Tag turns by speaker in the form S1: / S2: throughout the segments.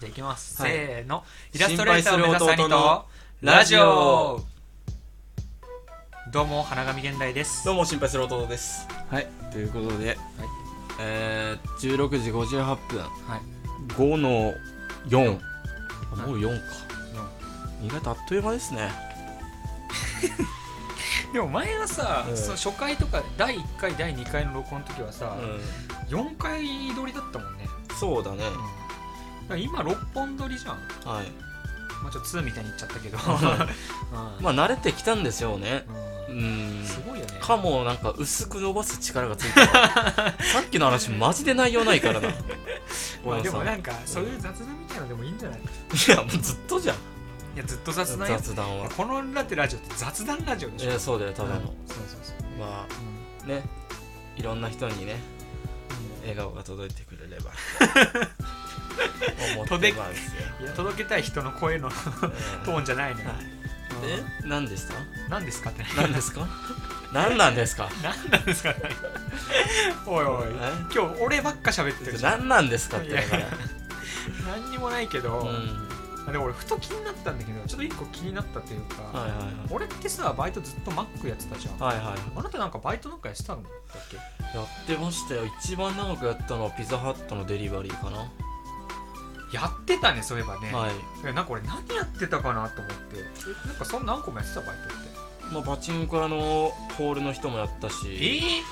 S1: じゃあいきます、
S2: はい
S1: せーのイラストレーターを目指す
S2: 心配する
S1: 兄
S2: 弟の
S1: とラジオどうも花神現代です
S2: どうも心配する弟ですはいということで、えー、16時58分
S1: はい
S2: 5の4あもう4か
S1: う
S2: 2月あっという間ですね
S1: んでも前はさ、
S2: うん
S1: その初回とか第1回第2回の録音の時はさ、
S2: う
S1: 4回撮りだったもんね、
S2: んそうだね
S1: うんだから今6本撮りじゃん、
S2: はい
S1: まあ、ちょっと2みたいに言っちゃったけど、 うん
S2: まあ慣れてきたんでしょうねう
S1: うんんすごいよね
S2: かもなんか薄く伸ばす力がつ いてるさっきの話マジで内容ないからな
S1: まあ、でも
S2: 小野
S1: な
S2: さ
S1: んかそういう雑談みたいなのでもいいんじゃない
S2: いやもうずっとじゃん
S1: いやずっと雑談やって
S2: 雑談は
S1: このだってラジオって雑談ラジオで
S2: い
S1: しょ
S2: やそうだよただの、
S1: うんそうそうそう
S2: ま
S1: う
S2: あねいろんな人にね
S1: ん
S2: 笑顔が届いてくれれば思
S1: 届
S2: って
S1: く
S2: ますよ
S1: いや届けたい人の声のトーンじゃないのよ
S2: はいえ何でした
S1: うん何ですかって
S2: 何ですか何なんですか
S1: 何なんですかねおいおい
S2: え
S1: 今日俺ばっか喋ってるじゃん
S2: 何なんですかって
S1: いや
S2: だから
S1: 何にもないけど、
S2: うん
S1: あでも俺ふと気になったんだけどちょっと一個気になったというか、
S2: はいはいはい
S1: 俺ってさバイトずっとマックやってたじゃん、
S2: はいはいはい
S1: あなたなんかバイトなんかやってたんだっけ
S2: やってましたよ一番長くやったのはピザハットのデリバリーかな、
S1: やってたねそういえばね、
S2: はい、
S1: いやなんか俺何やってたかなと思ってえなんかそんな何個もやってたバイトって
S2: まあ、パチンコ屋のホールの人もやったし
S1: え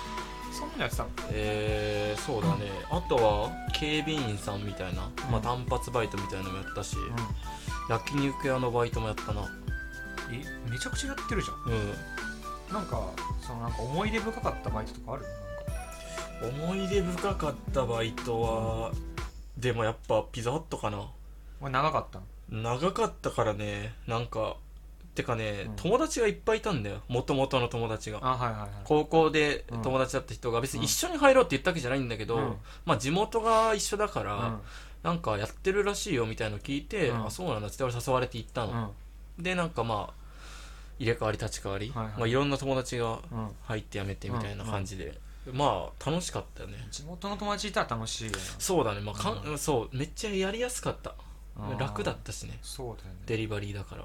S1: そんなのやってたの
S2: えー、そうだねあとは警備員さんみたいな、
S1: うん
S2: まあ、単発バイトみたいなのもやったし、焼肉屋のバイトもやったなう
S1: えめちゃくちゃやってるじ
S2: ん
S1: ゃんなんかそのなんか思い出深かったバイトとかある
S2: 思い出深かったバイトはでもやっぱピザハットかな
S1: 俺長かったの
S2: 長かったからねなんかてかね、
S1: うん
S2: 友達がいっぱいいたんだよもともとの友達が
S1: あはいはいはい
S2: 高校で
S1: うん
S2: 友達だった人が別
S1: うん
S2: に一緒に入ろうって言ったわけじゃないんだけど、
S1: うん
S2: まあ地元が一緒だから、
S1: う
S2: なんかやってるらしいよみたいの聞いて、
S1: うん
S2: あそうなんだっつって俺誘われて行った
S1: んう
S2: の、
S1: ん
S2: でなんかまあ入れ替わり立ち替わり、
S1: はいはい
S2: まあ、いろんな友達が
S1: うん
S2: 入ってやめてみたいな感じで、まあ楽しかったよね
S1: 地元の友達いたら楽しいよ
S2: そうだね、まあかん
S1: う
S2: そうめっちゃやりやすかった
S1: なうん
S2: 楽だったしね
S1: そうだよね
S2: デリバリーだから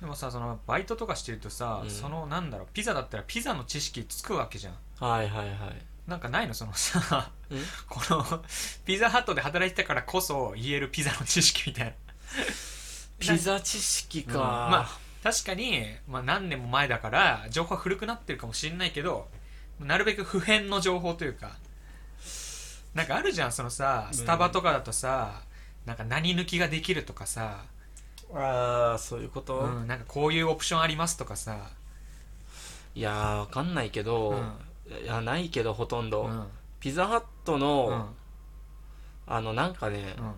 S1: でもさそのバイトとかしてるとさ、
S2: うん
S1: そのなんだろうピザだったらピザの知識つくわけじゃん
S2: はいはいはい
S1: なんかないのそのさ
S2: うん
S1: このピザハットで働いてたからこそ言えるピザの知識みたいな
S2: ピザ知識か、
S1: うんまあ確かに、まあ、何年も前だから情報は古くなってるかもしれないけどなるべく普遍の情報というかなんかあるじゃんそのさ
S2: うん
S1: スタバとかだとさ、なんか何抜きができるとかさ、
S2: あーそういうこと、
S1: うん、なんかこういうオプションありますとかさ、
S2: いやーわかんないけ
S1: うん
S2: ど、いやないけどほとんど、
S1: うん
S2: ピザハット
S1: う
S2: の、
S1: ん
S2: あのなんかね、
S1: うん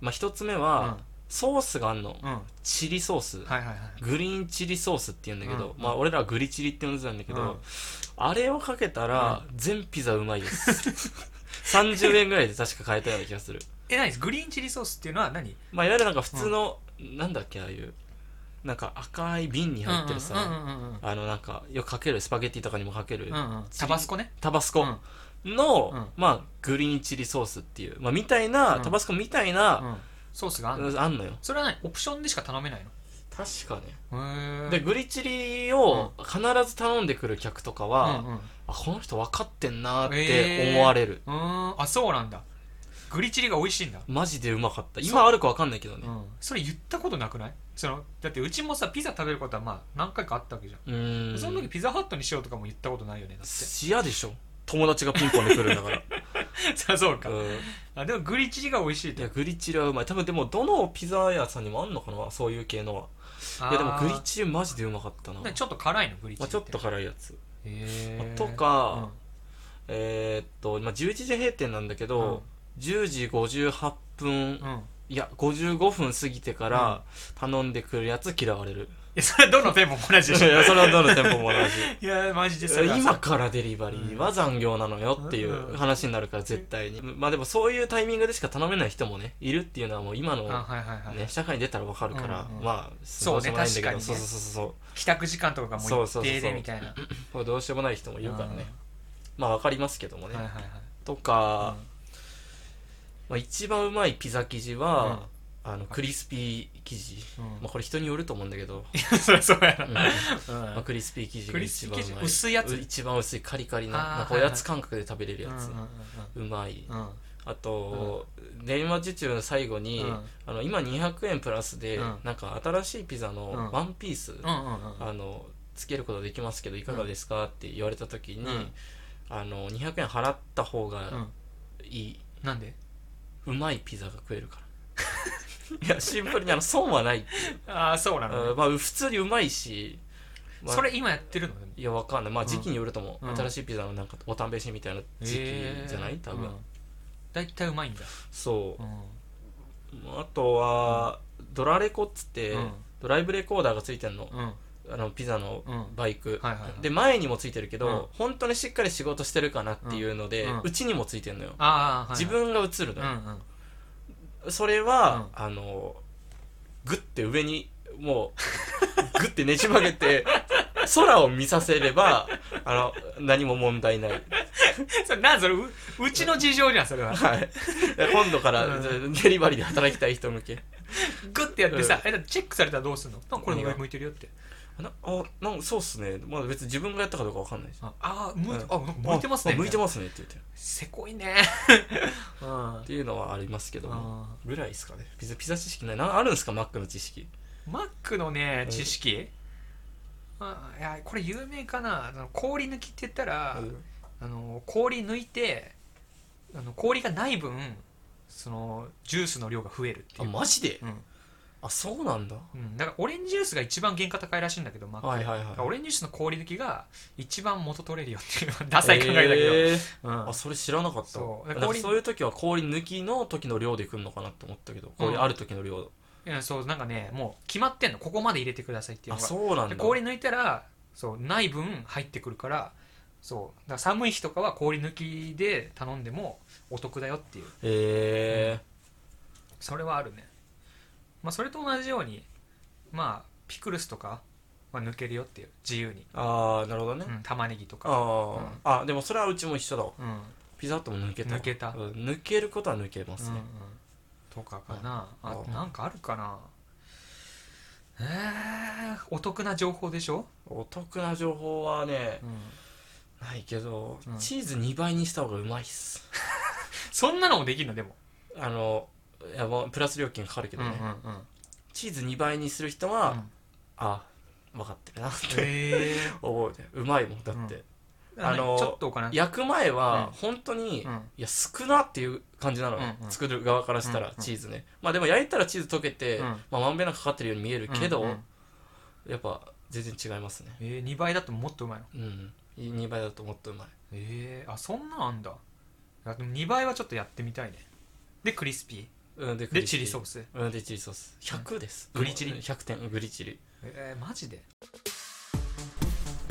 S2: まあ一つ目
S1: うん
S2: は、ソースがあんの、
S1: うん
S2: チリソース、
S1: はいはいはい
S2: グリーンチリソースって言うんだけど、
S1: うん
S2: まあ俺らはグリチリって呼んでたんだけど、
S1: うん
S2: あれをかけたら、全ピザうまいです 30円ぐらいで確か買えたような気がする
S1: え何グリーンチリソースっていうのは何
S2: まあいわゆるなんか普通の、なんだっけああいうなんか赤い瓶に入ってるさ、
S1: うんうんうんうん
S2: あのなんかよくかけるスパゲッティとかにもかける、
S1: うんうんタバスコね
S2: タバス
S1: う
S2: コ
S1: ん
S2: の、
S1: うん
S2: まあグリーンチリソースっていう、まあ、みたいな、
S1: うん
S2: タバスコみたいな、
S1: うんソースがあんの
S2: あんのよ
S1: それは何オプションでしか頼めない
S2: 確かね
S1: のへえ
S2: でグリチリを必ず頼んでくる客とかは、
S1: うんうん
S2: あこの人分かってんなーっ
S1: え
S2: て
S1: ー
S2: 思われる、
S1: うーんあそうなんだグリチリが美味しいんだ、
S2: マジでうまかった
S1: そう
S2: 今あるか分かんないけどね
S1: うん、それ言ったことなくないそのだってうちもさピザ食べることはまあ何回かあったわけじゃん、
S2: うーん
S1: その時ピザハットにしようとかも言ったことないよねだって
S2: 嫌でしょ友達がピンポンで来るんだ から、
S1: さあそうか、
S2: うん
S1: あでもグリチリが美味しい
S2: い
S1: と
S2: やグリチリはうまい多分でもどのピザ屋さんにもあんのかなそういう系のはいやでもグリ
S1: チ
S2: チリマジでうまかったな、ま
S1: ちょっと辛いのグリチリ
S2: あ、ちょっと辛いやつ
S1: へえ
S2: とか、えーっと、まあ、11時閉店なんだけど、10時58分
S1: うん、うんい
S2: いや55分過ぎてから頼んでくるやつ嫌 われる、
S1: やそれはどの店舗も同じ
S2: い
S1: でしょ
S2: やそれはどの店舗 も同
S1: いやマジでそれは
S2: じ今からデリバリーは残業なのよってい
S1: うん
S2: う話になるから絶対にまあでもそういうタイミングでしか頼めない人もねいるっていうのはもう今の
S1: あはいはいはい、
S2: ね、社会に出たらわかるから、
S1: うんうん
S2: まあ
S1: そうね
S2: どしよもないんだけど
S1: 確か
S2: そ
S1: に
S2: う
S1: ね
S2: そうそうそう
S1: 帰宅時間とかがもう一
S2: そうそうそ
S1: 定
S2: うそ
S1: で
S2: う
S1: みたいな
S2: これどうしようもない人もいるからね、まあわかりますけども
S1: うん
S2: ね、
S1: はいはいはい
S2: とか、まあ、一番うまいピザ生地は、あのクリスピー生地、
S1: うん
S2: まあ、これ人によると思うんだけど、
S1: そりゃそうや
S2: う
S1: な、
S2: ん
S1: うん
S2: まあ、クリスピー生地が一番う
S1: クリスピー生
S2: ま
S1: 地
S2: い
S1: 薄いやつ
S2: う一番薄いカリカリな
S1: あー
S2: なんかおやつ感覚で食べれるや
S1: う
S2: つ、
S1: んうん
S2: うまい
S1: うんうん
S2: あと、電話受注の最後に、
S1: うん
S2: あの今200円プラスで、
S1: うん
S2: なんか新しいピザ
S1: うん
S2: のワンピース、
S1: うんうんうん
S2: あのつけることできますけどいかがですかって言われた時に、
S1: うん
S2: あの200円払った方
S1: う
S2: が
S1: ん
S2: いい、
S1: なんで
S2: うまいピザが食えるから いやシンプルにあの損はない、
S1: ああそうなの、
S2: あまあ、普通にうまいし、まあ
S1: それ今やってるのでも
S2: いやわかんないまあ時期によると思う、
S1: うん
S2: 新しいピザのなんかお試しみたいな時期じゃない、多分、
S1: うん大体、うまいんだ、
S2: そう
S1: うん
S2: あとは、ドラレコっつって、
S1: うん
S2: ドライブレコーダーがついてんの,、
S1: うん、
S2: あのピザの
S1: うん
S2: バイク、
S1: はいはいはい
S2: で前にもついてるけど、
S1: うん
S2: 本当にしっかり仕事してるかなっていうので、
S1: う
S2: うんちにもついてんのよ、
S1: ああ、はいはい、
S2: 自分が映る
S1: う
S2: の
S1: んう
S2: よ、
S1: ん
S2: それは、あのグッて上にもう グッてねじ曲げて空を見させればあの何も問題ない
S1: それなんそれううちの事情じゃんそれは
S2: はい今度から
S1: う
S2: デリバリーで働きたい人向け
S1: グッてやってさ、えだってチェックされたらどうすんのなんかこれ上向いてるよって
S2: なあなんかそうっすねまだ別に自分がやったかどうかわかんないし
S1: ああー向い,、
S2: うん
S1: あなんか向いてますね
S2: あ向いて
S1: す
S2: ますねって言ってっ
S1: せこい ねうんあ
S2: ていうのはありますけども
S1: ー
S2: ぐらいですかねピザピザ知識ないなあるんですかマックの知識
S1: マックのね知識、あいやこれ有名かなあの氷抜きって言ったら、あの氷抜いてあの氷がない分そのジュースの量が増えるって
S2: あ
S1: いう
S2: マジで
S1: うん
S2: あそうなんだ
S1: うん、だからオレンジジュースが一番原価高いらしいんだけどマック、
S2: はいはいはい
S1: だからオレンジジュースの氷抜きが一番元取れるよっていうのは ダサい考えだけど、
S2: えー
S1: うん
S2: あそれ知らなかった
S1: そう
S2: なんか
S1: 氷
S2: そういう時は氷抜きの時の量でくるのかなって思ったけど氷ある時の量、
S1: いやそうなんかねもう決まってんのここまで入れてくださいっていう
S2: あ
S1: のが
S2: そうなん
S1: で
S2: だ
S1: 氷抜いたらそうない分入ってくるからそうだから寒い日とかは氷抜きで頼んでもお得だよっていう
S2: え
S1: それはあるね、まあ、それと同じようにまあピクルスとかは抜けるよっていう自由に、
S2: ー、ああなるほどね、
S1: うん、玉ねぎと
S2: あ
S1: か、
S2: ー、
S1: うん
S2: あでもそれはうちも一緒だわ
S1: うんうん
S2: ピザハットも抜けた
S1: 抜けた
S2: うん抜けることは抜けま
S1: う
S2: す
S1: ん
S2: ね、
S1: とかかな
S2: うん
S1: あ
S2: うん
S1: なんかあるかなえー、お得な情報でしょ、
S2: お得な情報はね
S1: うん、
S2: ないけど、
S1: うん
S2: チーズ2倍にした方がうまいっす
S1: そんなのもできるのでも、
S2: あのいやもうプラス料金かかるけ
S1: うんう
S2: ど
S1: ん
S2: ね、
S1: うん、
S2: チーズ2倍にする人は、
S1: うん
S2: あ分かってるなって
S1: へ
S2: 思うねうまいもんだって、
S1: え
S2: あの
S1: ちょっとお金
S2: 焼く前
S1: うん
S2: は本当に、
S1: うん
S2: いや少なっていう感じなのよ、
S1: うんうん
S2: 作る側からした
S1: うん
S2: ら
S1: うん
S2: チーズね、まあでも焼いたらチーズ溶けて、
S1: うん
S2: まあ、まんべんなくかかってるように見えるけど、
S1: うんうん
S2: やっぱ全然違いますね
S1: えー、2倍だともっとうまいの
S2: うん2倍だともっとうまい
S1: えー、あそんなんあんだあでも2倍はちょっとやってみたいねでクリスピ
S2: うんで
S1: ーでチリソー
S2: ス
S1: ス
S2: うんでチリソース100です、
S1: グリチリ
S2: 100点グリチリ
S1: えー、マジで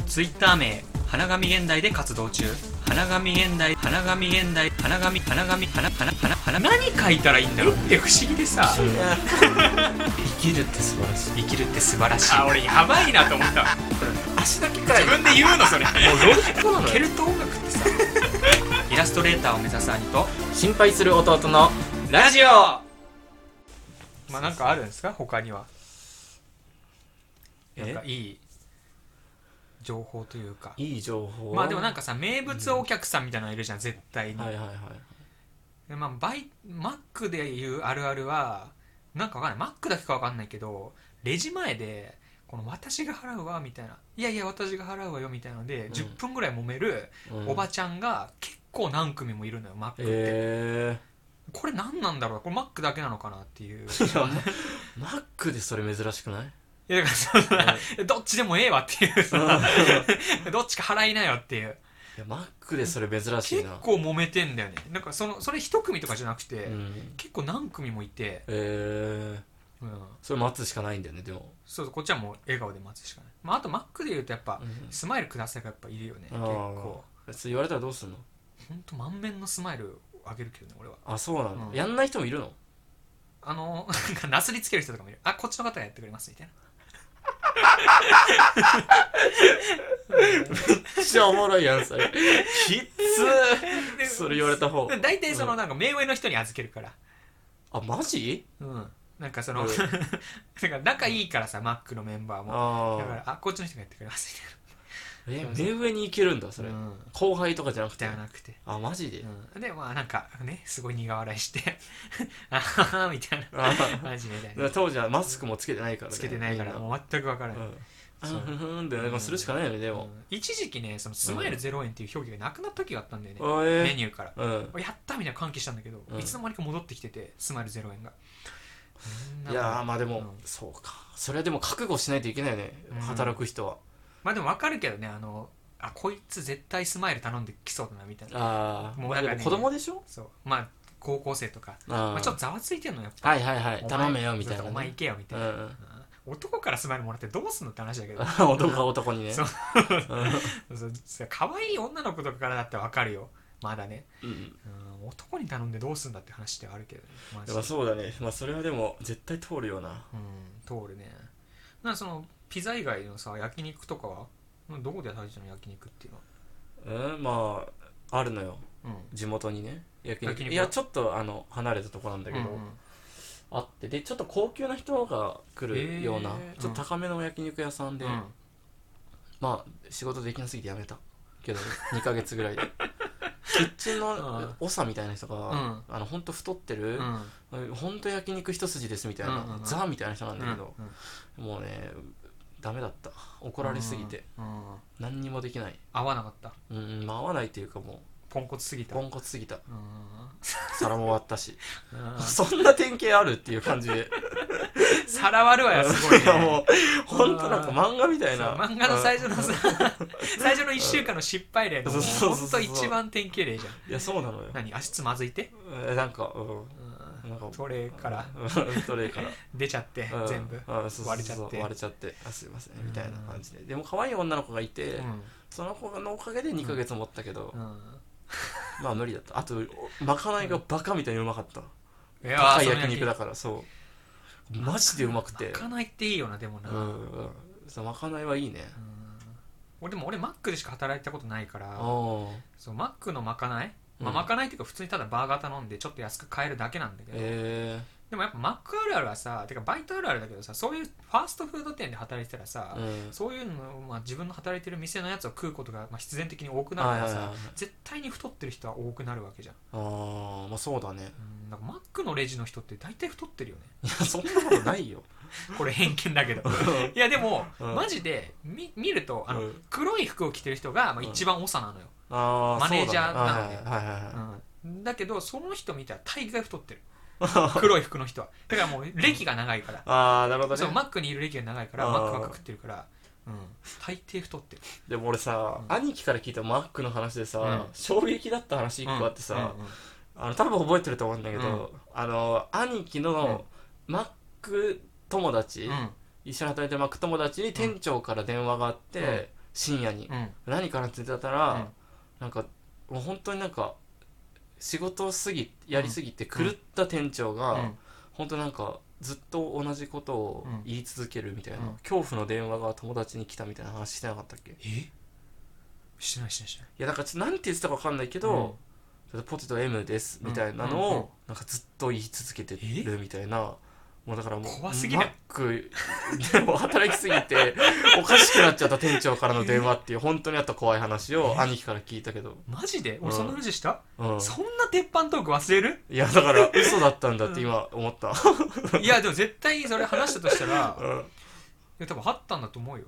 S1: ツイッター名花紙現代で活動中花紙現代花紙現代花紙花紙花花花花何書いたらいいんだろうって不思議でさ
S2: 生きるって素晴らしい
S1: 生きるって素晴らしいあ俺やばいなと思った
S2: 足だけかい
S1: 自分で言うのそれ
S2: ロジックなのよ
S1: ケルト音楽ってさイラストレーターを目指す兄と
S2: 心配する弟の
S1: ラジオまあなんかあるんですか他にはなん
S2: え
S1: かいい情報というか
S2: いい情報
S1: まあでもなん
S2: か
S1: かさ名物お客さんみたいなのいるじゃん絶対に、
S2: はいはいはい
S1: でまあ、バイマックでいうあるあるはなんかわかんないマックだけかわかんないけどレジ前でこの私が払うわみたいないやいや私が払うわよみたいなので、
S2: ん
S1: 10分ぐらい揉める
S2: うん
S1: おばちゃんが結構何組もいるのよマックって、
S2: え
S1: これ何なんだろうこれマックだけなのかなっていう い
S2: ー、いやママックでそれ珍しく ない
S1: やだからそんなどっちでもええわっていうさ どっちか払いなよっていう
S2: いやマックでそれ珍しい
S1: 結
S2: な、
S1: 構揉めてんだよねなんかそのそれ一組とかじゃなくて、
S2: うん、
S1: 結構何組もいて、
S2: えー、
S1: うん、
S2: それ待つしかないんだよねでも、
S1: そうそうこっちはもう笑顔で待つしかない、まあ、あとマックで言うとやっぱ、スマイルくださいがやっぱいるよね
S2: あ
S1: 結
S2: ー
S1: 構
S2: そう言われたらどうすんの
S1: ほんと満面のスマイルあげるけどね俺は
S2: あそうなの、
S1: うん
S2: やんない人もいるの
S1: あのなんかなすりつける人とかもいるあこっちの方がやってくれますみたいな
S2: めっちゃおもろいやんそれきっ
S1: で
S2: つ それ言われた方
S1: で大体そうのなんか目上の人に預けるから、
S2: あマジ
S1: うん、なんかその、
S2: うん
S1: なんか仲いいからさ、マックのメンバーも。だか
S2: あ
S1: ら、あ、こっちの人がやってくれます
S2: あえ目上に行けるんだそ
S1: みた
S2: れ、
S1: いな。うん。
S2: 後輩とかじゃなく
S1: じ
S2: て
S1: ゃなくて。
S2: あマジで、
S1: うん、で、まあなんかね、すごい苦笑いして、 あははみたいな。
S2: あー
S1: マジみたい
S2: だから
S1: な。
S2: 当時はマスクもつけてないからね
S1: つけてないから、
S2: みん
S1: もう全くわから
S2: な
S1: な
S2: う
S1: い。
S2: んあ
S1: そう
S2: ふんふんでもするしかないよねで
S1: う
S2: も
S1: ん一時期ね、そのスマイル0円っていう表記がなくなった時があったんだよね。
S2: あ
S1: メ
S2: え
S1: ニューから。
S2: ーうん
S1: やったみたいな歓喜したんだけど、
S2: うん
S1: いつの間にか戻ってきてて、スマイル0円が。うん
S2: いやーまあでも、
S1: うん
S2: そうかそれはでも覚悟しないといけないよね、
S1: うん
S2: 働く人は
S1: まあでもわかるけどね、あの、あ、こいつ絶対スマイル頼んできそうだなみたいな。
S2: ああ
S1: もう
S2: ま
S1: な
S2: あ
S1: ん
S2: で
S1: かね
S2: も子供でしょ
S1: そう。まあ、高校生とか。
S2: あ
S1: まあ、
S2: あ
S1: ちょっとざわついてんのよ。
S2: はいはいはい頼めよみたいな、
S1: お前行けよみた
S2: う
S1: い
S2: ん
S1: な、
S2: うん
S1: うん男からスマイルもらってどうすんのって話だけど。
S2: 男が男にね
S1: そう
S2: う
S1: そうそう可愛い女の子とかからだってわかるよ。まだね。
S2: んうん
S1: うん、男に頼んでどうすんだって話ではあるけどね。マ
S2: で
S1: ジ
S2: も
S1: で
S2: そうだねまあそれはでも絶対通るよな
S1: うん、通るね。なんかその、ピザ以外のさ、焼肉とかはどこで食べてたの焼肉っていうのは。
S2: うんまああるのよ
S1: うん。
S2: 地元にね焼
S1: 焼
S2: 肉
S1: 肉
S2: いやちょっとあの離れたとこなんだけど、
S1: うんうん
S2: あってでちょっと高級な人が来るような、
S1: へー
S2: ちょっと高めの焼肉屋さんで、
S1: うん
S2: まあ仕事できなすぎてやめたけど2ヶ 月ぐらいでキッチン の長みたいな人が、
S1: ん
S2: あのほんと太ってる、
S1: うん
S2: ほんと焼肉一筋ですみたいな、
S1: うんうんうん
S2: ザみたいな人なんだけど、
S1: うんうん
S2: もうねダメだった怒られすぎて、
S1: うんうん
S2: 何にもできない
S1: 合わなかった
S2: うんうんまあ合わないっていうかも
S1: ポンコツすぎ
S2: う
S1: た
S2: ポ
S1: うん
S2: ンコツすぎた皿も割ったし
S1: うん
S2: そんな典型あるっていう感じで
S1: 皿割るわよす ごい
S2: いや
S1: ね
S2: もう本当なんか漫画みたい
S1: そう
S2: な
S1: 漫画の最初のさ 最初の1週間の失敗例のもう
S2: そうそう
S1: ほ
S2: そ
S1: ん
S2: う
S1: と
S2: そう
S1: 一番典型例じゃん
S2: うんいやそうなのよ
S1: 何足つまずいて
S2: えなんかう
S1: うん
S2: んなんか
S1: トレーから
S2: うんトレーから
S1: 出ちゃって
S2: うん
S1: 全部
S2: うんそうそうそう
S1: 割れちゃって
S2: 割れちゃってあすいませ
S1: うん
S2: んみたいな感じででも可愛い女の子がいて
S1: うん
S2: その子のおかげで2ヶ月持ったけど
S1: うん
S2: まあ無理だったあとおまかないがバカみたいにうまかった
S1: いやー
S2: 高い
S1: その
S2: 焼肉だからそうマジでうまくて
S1: まかないっていいよなでもな
S2: う
S1: うん
S2: んうんそうまかないはいいね
S1: 俺でも俺マックでしか働いたことないか
S2: あ
S1: ら
S2: あ
S1: そうマックのまかないまあ
S2: うん
S1: まかないっていうか普通にただバーガー頼んでちょっと安く買えるだけなんだけど
S2: え
S1: でもやっぱマックあるあるはさてかバイトあるあるだけどさそういうファーストフード店で働いてたら
S2: え
S1: さ、
S2: うん
S1: そういうの、まあ、自分の働いてる店のやつを食うことが、まあ、必然的に多くな
S2: は
S1: る
S2: い
S1: か
S2: は
S1: ら
S2: い
S1: さ、
S2: はい
S1: 絶対に太ってる人は多くなるわけじゃん
S2: ああまあそうだね
S1: うんなんかマックのレジの人って大体太ってるよね
S2: いやそんなことないよ
S1: これ偏見だけどいやでも、
S2: うん
S1: マジでみ見るとあの、
S2: うん
S1: 黒い服を着てる人が、まあ、
S2: うん
S1: 一番長なのよ、
S2: ああ
S1: マネージャー
S2: そうだ
S1: なの
S2: ね
S1: で
S2: はいはいはいはい
S1: うん、だけどその人見たら大概太ってる 黒い服の人はだからもう歴が長いから
S2: ああなるほど
S1: そう
S2: ね
S1: マックにいる歴が長いから
S2: あー
S1: マックばっか食ってるから、うん、大抵太ってる
S2: でも俺さ、
S1: うん
S2: 兄貴から聞いたマックの話でさ、
S1: うん
S2: 衝撃だった話一個あってさ、あの多分覚えてると思うんだけど、あの兄貴のマック友達、
S1: うんうん
S2: 一緒に働いてるマック友達に店長から電話があって、
S1: うん
S2: 深夜に、
S1: うんうん
S2: 何からって言ってたら、なんかもう本当になんか仕事をすぎやりすぎて狂った店長が、
S1: うん
S2: 本当なんかずっと同じことを言い続けるみたいな、
S1: うん
S2: 恐怖の電話が友達に来たみたいな話してなかったっけい
S1: えしてないしてないしてない
S2: やだからちょっと何て言ってたか分かんないけど、ちょっとポテト M ですみたいな
S1: う
S2: の
S1: んうんうん
S2: をなんかずっと言い続けてるみたいな。もうだからもう
S1: 怖すぎない
S2: マック でも働きすぎておかしくなっちゃった店長からの電話っていう本当にあった怖い話を兄貴から聞いたけど、
S1: マジで
S2: う
S1: 俺
S2: ん
S1: そんな話した、
S2: うん、
S1: そんな鉄板トーク忘れる
S2: いやだから嘘だったんだって今 思った、
S1: いやでも絶対にそれ話したとしたら
S2: うん
S1: いや多分あったんだと思うよ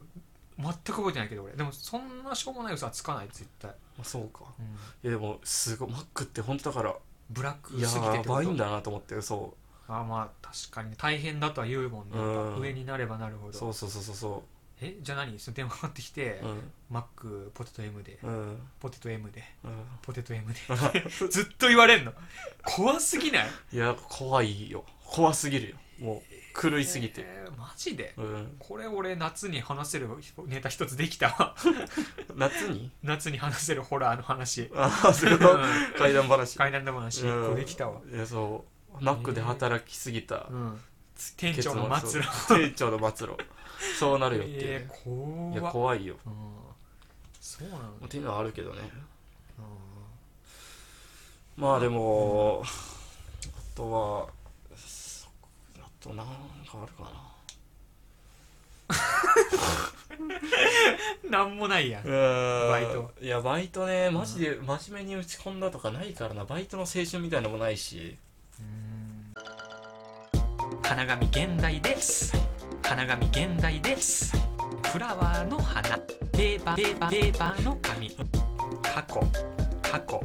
S1: 全く覚えてないけど俺でもそんなしょうもない嘘はつかない絶対、
S2: まあそうか
S1: うん
S2: いやでもすごいマックって本当だから
S1: ブラック
S2: いや
S1: すぎてっ
S2: や
S1: てこ
S2: ばい
S1: と
S2: んだなと思ってそ
S1: あまあ確かにね大変だとは言うもんね、
S2: うん
S1: 上になればなるほ
S2: う
S1: ど
S2: そうそうそうそうそ
S1: えじゃあ何その電話かかってきて、
S2: ううん
S1: マックポテト M で
S2: うん
S1: ポテト M で
S2: うん
S1: ポテト M でずっと言われんの怖すぎない
S2: いや怖いよ怖すぎるよもう狂いすぎて、
S1: えーマジで
S2: うん、
S1: これ俺夏に話せるネタ一つできたわ
S2: 夏に
S1: 夏に話せるホラーの話
S2: ああそういうこと
S1: うん
S2: 怪談話
S1: 階段の話一個できたわ、
S2: うんいやそうマックで働きすぎた
S1: うん店長の末路
S2: そう店長の末路そうなるよっていう
S1: え
S2: ね、
S1: ー、怖
S2: いや
S1: っ、
S2: 怖いよ
S1: うん、そうなの、
S2: っ
S1: ね
S2: ていうのはあるけどね
S1: う
S2: まあでも、あとはそあとなんかあるかな
S1: なんもないやん
S2: バ
S1: イト
S2: いやバイトねマジで真面目に打ち込んだとかないからなバイトの青春みたいのもないし
S1: 花紙現代です花紙現代ですフラワーの花ペーパーペーパーペーパーの紙過去過去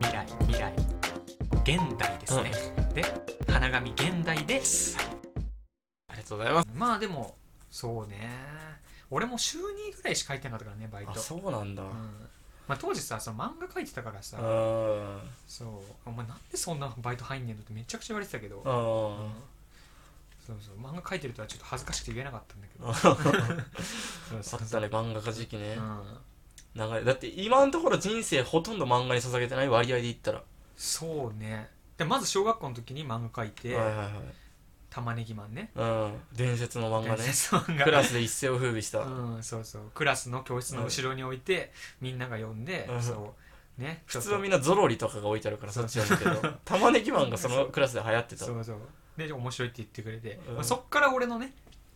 S1: 未来未来現代ですね、で花紙現代です
S2: ありがとうございます
S1: まあでもそうね俺も週2ぐらいしか書いてなかったからねバイト
S2: あそうなんだ
S1: うんまあ、当時さその漫画書いてたからさ、
S2: うん
S1: そうお前なんでそんなバイト入んねんのってめちゃくちゃ言われてたけど、
S2: うん
S1: そうそう漫画描いてるとはちょっと恥ずかしくて言えなかったんだけど
S2: あ
S1: そう
S2: あ
S1: そう
S2: ったね漫画家時期ね
S1: うん
S2: 流れだって今のところ人生ほとんど漫画に捧げてない割合で言ったら
S1: そうねでまず小学校の時に漫画描いて
S2: はいはい
S1: 「玉ねぎマンね」
S2: はいうん伝説の漫画 ね
S1: 伝説の漫画
S2: クラスで一世を風靡した
S1: うん、そうそうクラスの教室の後ろに置いて、みんなが読んで、
S2: うん
S1: そうね
S2: 普通はみ
S1: 見
S2: んなゾロリとかが置いてあるから
S1: そ
S2: そうっちなんだけど玉ねぎマンがそのクラスで流行ってた
S1: そうそうで面白いって言ってくれて、
S2: うん
S1: まあ、そっから俺のね、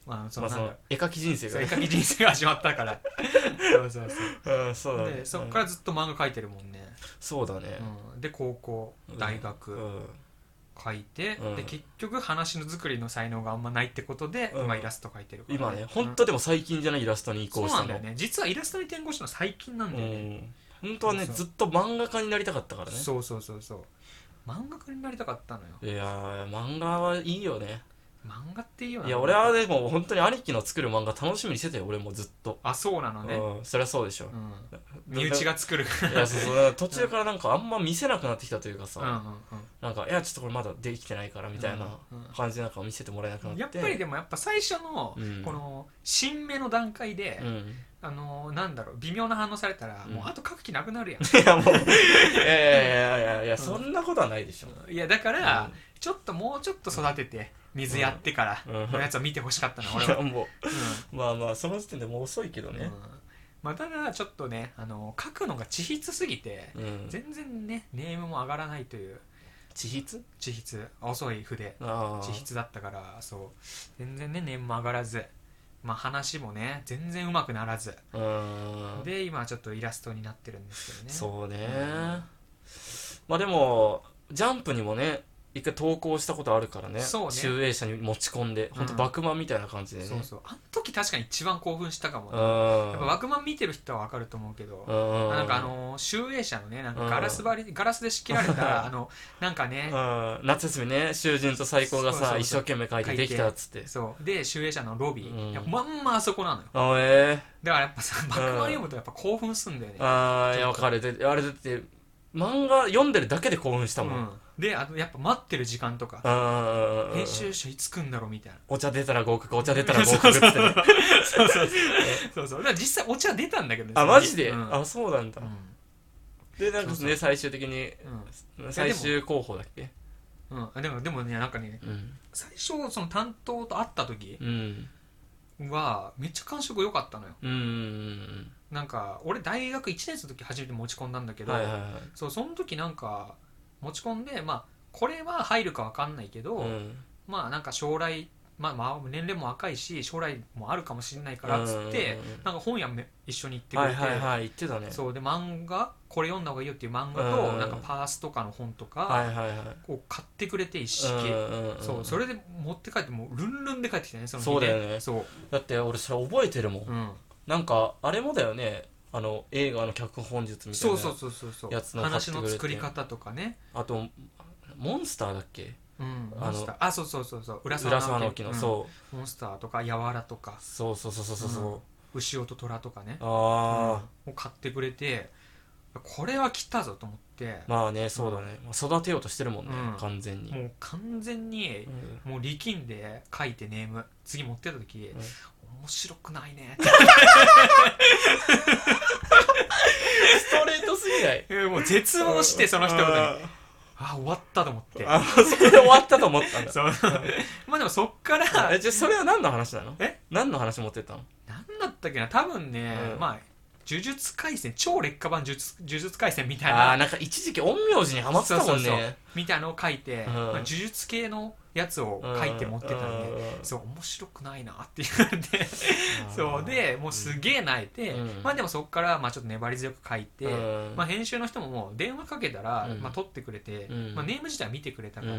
S1: まあ、そ
S2: ま
S1: のな
S2: あそ
S1: ん
S2: の
S1: か
S2: 絵描き人生
S1: そ
S2: が
S1: うい
S2: ね
S1: う感じ人生が始まったからそうそうそう
S2: うんそうだね
S1: でそっからずっと漫画描いてるもんね、
S2: そうだね
S1: うん、で高校大
S2: う
S1: 学
S2: ん
S1: 描いて、
S2: うん
S1: で結局話の作りの才能があんまないってことで、
S2: うん
S1: 今イラスト描いてるから、
S2: 今ね本当でも最近じゃないイラストに移
S1: うん
S2: 行
S1: そう
S2: し
S1: な
S2: た
S1: んだよ
S2: の
S1: ね実はイラストに転校したの最近なんだよね、
S2: うん本当はね
S1: そう
S2: ずっと漫画家になりたかったからね
S1: そうそうそうそう漫画家になりたかったのよ
S2: いやー漫画はいいよね
S1: 漫画っていいよない
S2: や俺はでも本当に兄貴の作る漫画楽しみにしてたよ俺もずっと
S1: あそうなのね、
S2: うんそりゃそうでしょ
S1: うん身内が作る
S2: いやそうそうだから途中からなんかあんま見せなくなってきたというか
S1: うんうん
S2: さなんかいやちょっとこれまだできてないからみたいな
S1: うんうん
S2: 感じでなんか見せてもらえなく
S1: う
S2: なんって
S1: やっぱりでもやっぱ最初の
S2: うん
S1: この新芽の段階で、
S2: うん
S1: あのーなんだろう微妙な反応されたら、
S2: うん
S1: もうあと書く気なくなるやん
S2: いやもういやいやいやいやいやそんなことはないでしょ
S1: いやだか
S2: うん
S1: ら、ちょっともうちょっと育てて水やってから
S2: うん
S1: のやつを見てほしかったな、俺
S2: い
S1: は
S2: や、も
S1: うん
S2: うまあまあその時点でもう遅いけど
S1: うん
S2: ね
S1: まあ、ただちょっとねあの書くのが地筆すぎて、
S2: うん
S1: 全然ねネームも上がらないという
S2: 地筆
S1: 地筆遅い筆
S2: ああ
S1: 地筆だったからそう全然ねネームも上がらずまあ話もね全然うまくならず
S2: うん
S1: で今はちょっとイラストになってるんですけどね
S2: そうね
S1: うん
S2: まあでもジャンプにもね一回投稿したことあるからね
S1: そうね
S2: 集英社に持ち込んで
S1: ん
S2: 本当爆満みたいな感じでね
S1: そうそうあの時確かに一番興奮したかも、
S2: う
S1: ね、やっ
S2: ん
S1: ぱワクマン見てる人はわかると思うけど、
S2: うん
S1: なんかあのー集英社のねなんかガラス張り、ガラスで仕切られ たあのなんかね、
S2: うん夏休みね囚人と最高
S1: そ
S2: が
S1: うそうそ
S2: さ
S1: う
S2: 一生懸命書いてできたっつって
S1: そうで集英社のロビー、
S2: うん
S1: いやまんまあそこなのよ
S2: あえ
S1: だからやっぱさ「
S2: ん
S1: バックマン」読むとやっぱ興奮すんだよね
S2: えあーいやわかるであれだって漫画読んでるだけで興奮したもん、
S1: うんであのやっぱ待ってる時間とか
S2: あー
S1: 編集者いつ来んだろうみたい な
S2: お茶出たら合格お茶出たら合格って、ね、
S1: そうそう そうそうだから実際お茶出たんだけどね
S2: あマジで、
S1: うん
S2: あそうなんだ、
S1: うん
S2: でなんかね
S1: そうそう
S2: 最終的に最終候補だっけ
S1: うんうん、でもでもねなんかね
S2: うん、
S1: 最初その担当と会った時
S2: うん
S1: はめっちゃ感触良かったのよ
S2: うんうん
S1: なんか俺大学1年生の時初めて持ち込んだんだけど、
S2: はいはいはい
S1: そうその時なんか持ち込んでまあこれは入るか分かんないけど、
S2: うん
S1: まあなんか将来、まあ、まあ年齢も若いし将来もあるかもしれないからっつって、
S2: うんうんうん
S1: なんか本屋め一緒に行ってく
S2: は
S1: れ
S2: い
S1: て、
S2: はいはい言ってたね
S1: そうで漫画これ読んだ方がいいよっていう漫画と、
S2: うん
S1: なんかパースとかの本と
S2: は
S1: か
S2: いはいはい
S1: を買ってくれて一式、
S2: うんうん
S1: そうそれで持って帰ってもうルンルンで帰ってきたねその日
S2: そうだよね
S1: そう、
S2: だって俺それ覚えてるもん、
S1: うん、
S2: なんかあれもだよねあの映画の脚本術みたい
S1: そ
S2: な
S1: うそうそうそうそう
S2: やつの買っ
S1: 話
S2: てくれて
S1: の作り方とかね
S2: あとモンスターだっけ
S1: うん、
S2: あの
S1: モンスターあそうそうそうそう浦
S2: 浦沢直樹の、
S1: うん
S2: そう
S1: モンスターとか柔らとか
S2: そうそうそうそうそうそう、
S1: うん牛尾と虎とかね
S2: ああ、
S1: うんを買ってくれてこれは来たぞと思って、
S2: まあねそうだね、まあ育てようとしてるもんね、
S1: うん
S2: 完全に、
S1: もう完全に
S2: う、ん
S1: もう力んで書いてネーム次持ってった時、
S2: ん
S1: 面白くないね
S2: ストレートすぎない
S1: ってもう絶望してその一言にあ
S2: あ
S1: あ終わったと思って
S2: ーあそこで終わったと思ったんだ
S1: そう まあでもそっから
S2: えじゃあそれは何の話なの
S1: え
S2: 何の話持ってったの
S1: 何だったっけな多分ね、
S2: うん
S1: まあ呪術廻戦超劣化版呪術呪術廻戦みたい
S2: あ
S1: な
S2: ーなんか一時期陰陽師にハマってたもんね
S1: みたいなのを書いて、
S2: うん
S1: まあ、呪術系のやつを書いて持ってたんで、
S2: で
S1: そう面白くないなって言われてそうでもうすげえ泣いて、
S2: うん
S1: まあでもそこからまあちょっと粘り強く書いて、
S2: うん
S1: まあ、編集の人ももう電話かけたら、
S2: うん
S1: まあ、取ってくれて、
S2: うん
S1: まあ、ネーム自体は見てくれたから
S2: うん、い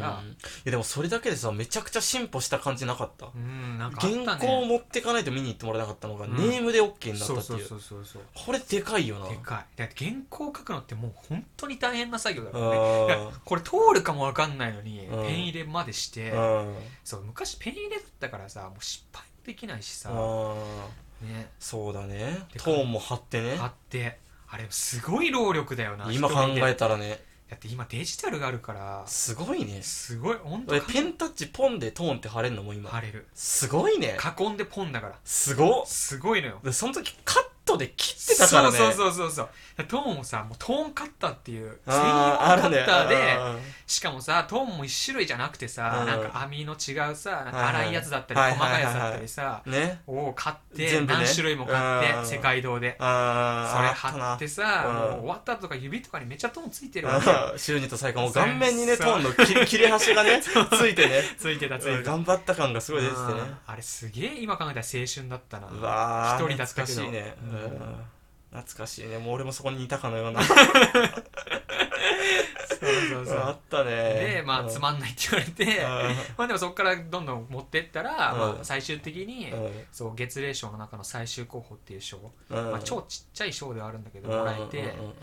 S2: やでもそれだけでさめちゃくちゃ進歩した感じなかった
S1: うん、なんかあった
S2: 原稿を
S1: ね
S2: 持ってかないと見に行ってもらえなかったのが、
S1: うん
S2: ネームで OK になった
S1: そ
S2: っ
S1: う
S2: て
S1: そ
S2: いうう
S1: そうそうそう
S2: これでかいよな
S1: でかいだって原稿を書くのってもう本当に大変な作業だ
S2: う
S1: からねいや
S2: ん
S1: これ通るかもわかんないのに、
S2: うん
S1: ペン入れまでして、
S2: うん
S1: そう昔ペン入れだったからさもう失敗できないしさ、
S2: うん
S1: ね
S2: そうだね
S1: でかい
S2: トーンも張ってね
S1: あってあれすごい労力だよな
S2: 今考
S1: 一人で
S2: えたらね
S1: だって今デジタルがあるから
S2: すごいね
S1: すごい本当
S2: 俺ペンタッチポンでトーンって貼れんのも今
S1: 晴れる
S2: すごいね
S1: 囲んでポンだから
S2: すごっ
S1: すごいのよ
S2: でその時カットで切ってたからね
S1: そうそうそうそうそうトーンもさもうトーンカッターっていう専用
S2: あー
S1: カ
S2: あるね
S1: ッターで
S2: あ
S1: しかもさトーンも一種類じゃなくてさ、
S2: うん
S1: なんか網の違うさなん
S2: はい
S1: か
S2: はい
S1: 粗いやつだったり、
S2: はいはい
S1: 細
S2: はい
S1: か
S2: はい
S1: いやつだったりさ、
S2: ーね
S1: を買って、
S2: 全部ね
S1: 何種類も買って、
S2: うん
S1: 世界堂でそれ
S2: あーあ
S1: 貼って
S2: うん
S1: さ、もう終わった後とか指とかにめっちゃトーンついてるわけよ
S2: あーシューニと最高もう顔面にねト
S1: そう
S2: ーンの切り切れ端がねついてね
S1: ついてたついてた
S2: 頑張った感がすごい出ててね
S1: うんあれすげえ今考えたら青春だったな
S2: うわー
S1: 一人だったけど
S2: 懐かしいね
S1: うん
S2: うん懐かしいねもう俺もそこにいたかのような
S1: そうそうそ
S2: あ
S1: う
S2: ったね
S1: でまあつまんないって言われて
S2: うん
S1: まあでもそこからどんどん持ってったら、
S2: うん
S1: まあ、最終的に、
S2: うん
S1: そう月齢賞の中の最終候補っていう賞、
S2: うん
S1: まあ、超ちっちゃい賞ではあるんだけど
S2: うん
S1: もらえて、
S2: うんうんうんうんい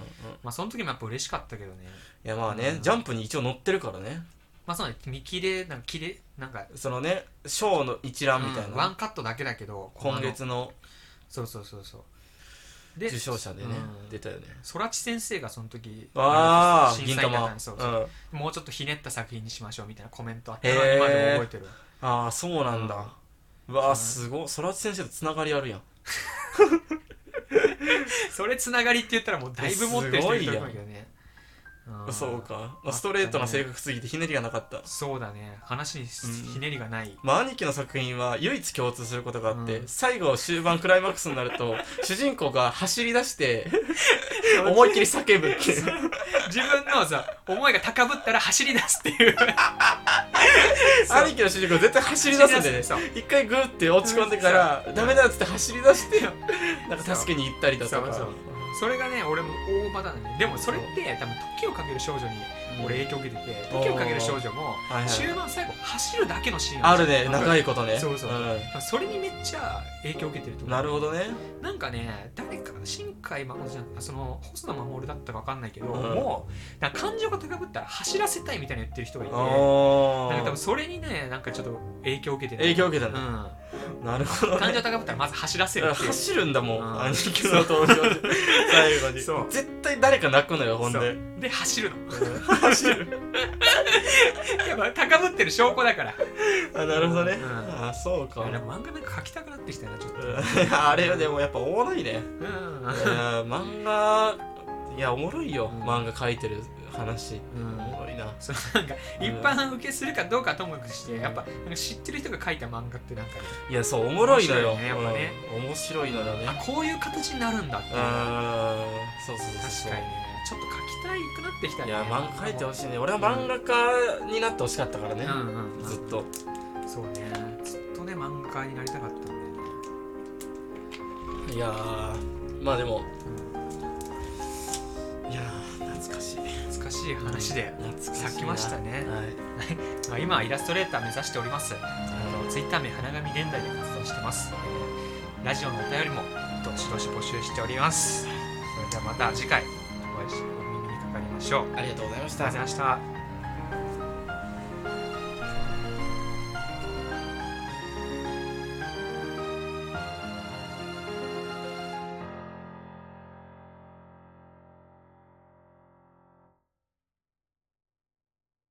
S1: まあ、その時もやっぱ嬉しかったけどね、
S2: やまあね
S1: うん
S2: ジャンプに一応載ってるからね
S1: まあ、その見切れなんか切れなんか、
S2: そのねショーの一覧みたい
S1: うんワン
S2: な
S1: カットだけだけど
S2: 今月の
S1: そうそうそうそうで
S2: 受賞者でね
S1: うん
S2: 出たよね
S1: 空知先生がその時
S2: ああ
S1: 審
S2: 銀
S1: 査員だったんで
S2: 玉
S1: そうそう
S2: うん
S1: もうちょっとひねった作品にしましょうみたいなコメントあったのは今でも覚えてる
S2: ああそうなんだ、うわあすごい空知先生とつながりあるやん
S1: それつながりって言ったらもうだいぶ持ってる人いると思うけどねん
S2: そうか、
S1: あ
S2: まあ、ストレートな性格すぎてひねりがなかった
S1: そうだね話に
S2: うん
S1: ひねりがない、
S2: まあ兄貴の作品は唯一共通することがあって、
S1: うん
S2: 最後終盤クライマックスになる と主人公が走り出して思いっきり叫ぶっていう
S1: 自分のさ思いが高ぶったら走り出すっていうそう
S2: 兄貴の主人公絶対走り出すんでね
S1: そう
S2: 一回グーって落ち込んでから、ダメだっつって走り出してなんか助けに行ったりだと
S1: そう
S2: か
S1: そうそれがね俺も大場なのにでもそれって多分「時をかける少女」に俺影響を受けてて「
S2: うん
S1: 時をかける少女」も
S2: はいはい
S1: 終盤最後走るだけのシーン
S2: あるね長
S1: い
S2: いことね
S1: そうそうんそれにめっちゃ影響を受けてると思う
S2: なるほどね
S1: なんかね誰か新海誠じゃんあその細田守だったか分かんないけど、
S2: うん
S1: もうなんか感情が高ぶったら走らせたいみたいな言ってる人がいてなん
S2: あ
S1: か多
S2: あ
S1: 分それにねなんかちょっと影響を受けて
S2: 影響を受けた
S1: うん
S2: だ、
S1: ん
S2: なるほど、ね、
S1: 感情高ぶったらまず走らせるっていう
S2: 走るんだも
S1: うん
S2: ん兄貴の登場で最後に
S1: そう
S2: 絶対誰か泣くのよほん
S1: そ
S2: で
S1: うで走るの
S2: 走る
S1: やっぱ高ぶってる証拠だから
S2: あなるほどね
S1: うん
S2: あそうか
S1: あれ漫画なんか描きたくなってきたなちょっと
S2: うんあれはでもやっぱおもろいね
S1: うん
S2: うん漫画いやおもろいよ
S1: うん
S2: 漫画描いてる話
S1: うん
S2: おもろいな
S1: そうなんか一般受けするかどうかはともかくしてやっぱなんか知ってる人が描いた漫画ってなんかね
S2: いやそうおもろいのよ
S1: 面白いねやっぱね
S2: うん面白いのよ
S1: あ
S2: ね
S1: こういう形になるんだっていううん
S2: そうそうそうそ
S1: 確
S2: う
S1: かにねちょっと描きたいくなってきた
S2: い
S1: ね
S2: や漫画描いてほしいね俺は
S1: うん
S2: 漫画家になってほしかったからね
S1: うんうん、うん、
S2: ずっと
S1: そうねずっとね漫画家になりたかったんだよね
S2: いやーまあでもいやー懐かしい
S1: 難しい話で
S2: 懐かしいな
S1: 咲きましたね
S2: はい
S1: まあ今はイラストレーター目指しておりますあのツイッター名花紙現代で活動してますえーラジオのお便りもどしどし募集しておりますそれではまた次回お会いしお耳にかかりましょう
S2: ありがとうございまし
S1: ありがとうご
S2: た
S1: ざいました